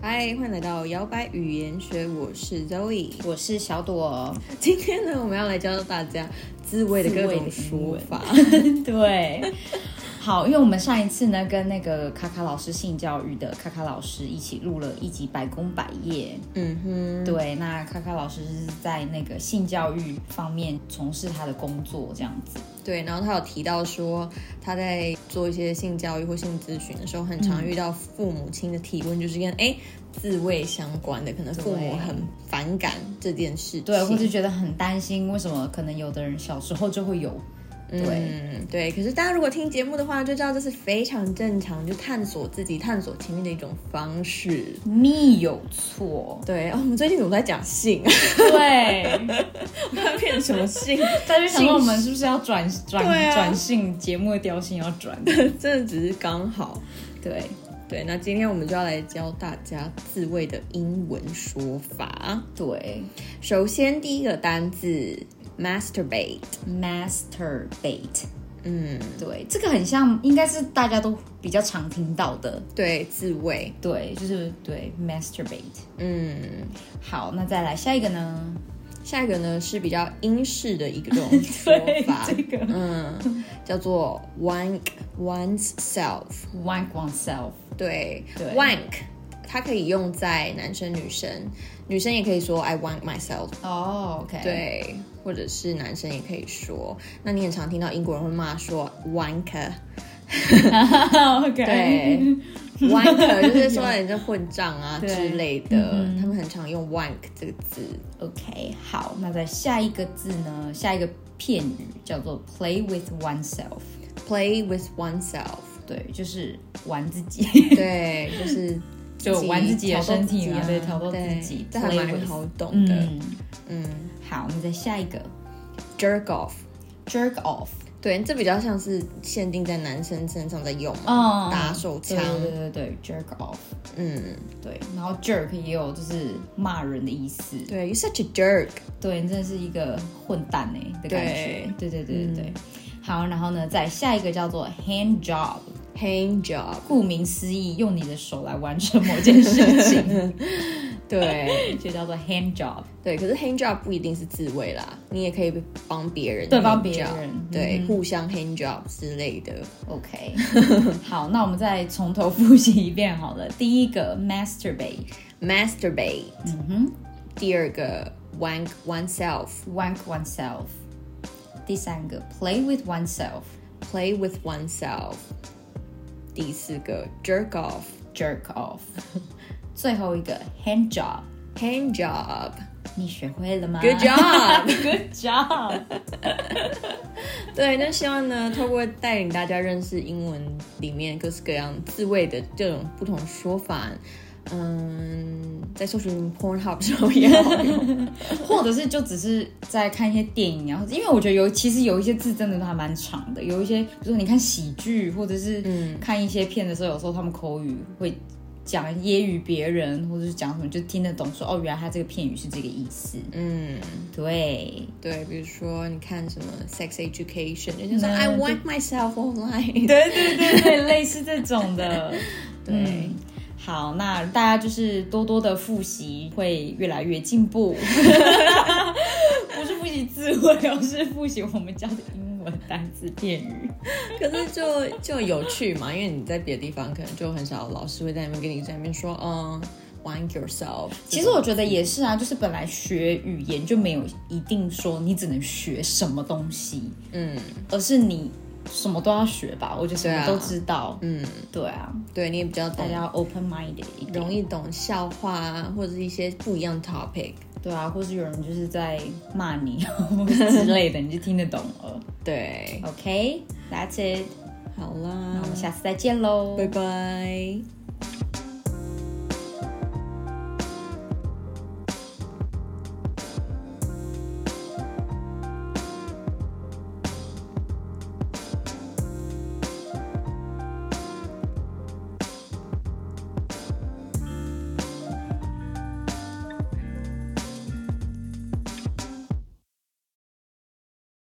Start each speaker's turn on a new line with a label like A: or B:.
A: 嗨，欢迎来到摇摆语言学，我是 Zoe。
B: 我是小朵，
A: 今天呢，我们要来教大家自慰的各
B: 自慰
A: 种
B: 的英
A: 说
B: 文
A: 法。
B: 对，好，因为我们上一次呢跟那个卡卡老师性教育的卡卡老师一起录了一集《百工百业》，
A: 嗯哼，
B: 对，那卡卡老师是在那个性教育方面从事他的工作，这样子，
A: 对。然后他有提到说，他在做一些性教育或性咨询的时候，很常遇到父母亲的提问，就是跟哎自慰相关的，可能父母
B: 对
A: 很反感这件事情，
B: 对，或是觉得很担心，为什么可能有的人小时候就会有，对，
A: 嗯，对。可是大家如果听节目的话，就知道这是非常正常，就探索自己、探索情欲的一种方式。，
B: 密有错
A: 对，哦、我们最近怎么在讲性啊？
B: 对，
A: 要变什么性？
B: 大家就想说我们是不是要转转、
A: 对啊
B: 转性节目的调性要转，
A: 真的只是刚好。
B: 对。
A: 对，那今天我们就要来教大家自慰的英文说法。
B: 对
A: 首先，第一个单字 masturbate，
B: ，masturbate，
A: 嗯，
B: 对，这个很像，应该是大家都比较常听到的。
A: 对，自慰，
B: 对，就是对 masturbate。
A: 嗯。
B: 好，那再来下一个呢？
A: 下一个呢是比较英式的一个这种说法，
B: 这个
A: 嗯，叫做 wank one's self。
B: wank oneself。
A: 对
B: 对
A: w a n k 它可以用在男生、女生，女生也可以说 I wank myself，
B: 哦、o k，
A: 对，或者是男生也可以说。那你很常听到英国人会骂说 wanker，
B: ，OK，
A: 对 wanker 就是说人家混账啊
B: 对
A: 之类的，
B: 嗯
A: 他们很常用 wank 这个字。
B: ，OK，好，那在下一个字呢？下一个片语叫做 play with oneself。
A: Play with oneself，
B: 对，就是玩自己，
A: 对，就是
B: 就玩自己的
A: 挑逗
B: 身体
A: 自己
B: 嘛，
A: 啊
B: 对，挑逗自
A: 对
B: 己
A: 这还
B: ，play
A: 蛮
B: with。
A: 好懂的。
B: 嗯，
A: 嗯
B: 好，那再下一个
A: ，jerk off，
B: jerk off。
A: 对，这比较像是限定在男生身上在用嘛，
B: 嗯，
A: 打手枪，
B: 对对对对，jerk off。
A: 嗯，
B: 对，然后 jerk 也有就是骂人的意思。
A: 对，you're such a jerk，
B: 对，你真的是一个混蛋哎、的感觉。对对对对对。好，然后呢，再下一个叫做 hand job，
A: hand job，
B: 顾名思义，用你的手来完成某件事情，
A: 对。
B: 就叫做 hand job。
A: 对，可是 hand job 不一定是自慰啦，你也可以帮别人 hand job，
B: 对帮别人嗯
A: 对，互相 hand job 之类的。
B: OK，好，那我们再从头复习一遍好了。第一个 masturbate，
A: masturbate，
B: 嗯
A: 第二个 wank oneself，play
B: 哼，wank oneself。第三个 play with oneself，jerk
A: with oneself，第四个 jerk off，hand
B: off。最后一个 hand job。
A: job，good
B: 你学会了吗
A: job。
B: Good job！
A: 对，那希望呢，透过带领大家认识英文里面各式各样自慰的这种不同说法，嗯，在搜寻 Pornhub 的时候也好用。
B: 或者是就只是在看一些电影啊，或者因为我觉得有其实有一些字真的都还蛮长的，有一些比如说你看喜剧或者是看一些片的时候，有时候他们口语会讲揶揄别人，或者是讲什么就听得懂说哦，原来他这个片语是这个意思。
A: 嗯，
B: 对
A: 对，比如说你看什么 sex education，人家说
B: 嗯
A: I want myself online。
B: 对对对 对，类似这种的。
A: 对
B: 嗯，好，那大家就是多多的复习，会越来越进 步。不是复习智慧，而是复习我们教的英文单词片语。
A: 可是就就有趣嘛，因为你在别的地方可能就很少老师会在那边跟你在那边说，嗯，wank yourself。
B: 其实我觉得也是啊，就是本来学语言就没有一定说你只能学什么东西，
A: 嗯
B: 而是你什么都要学吧。我觉得什
A: 对啊
B: 么都知道，
A: 嗯，
B: 对啊，
A: 对你也比较
B: 大
A: 懂
B: 家，要 open minded 一点。
A: 容易懂笑话啊，或者是一些不一样的 topic。
B: 对啊，或是有人就是在骂 你之类的，你就听得懂了。
A: 对，
B: OK，that's、it，
A: 好
B: 那
A: 啦
B: 我，们下次再见喽，
A: 拜拜。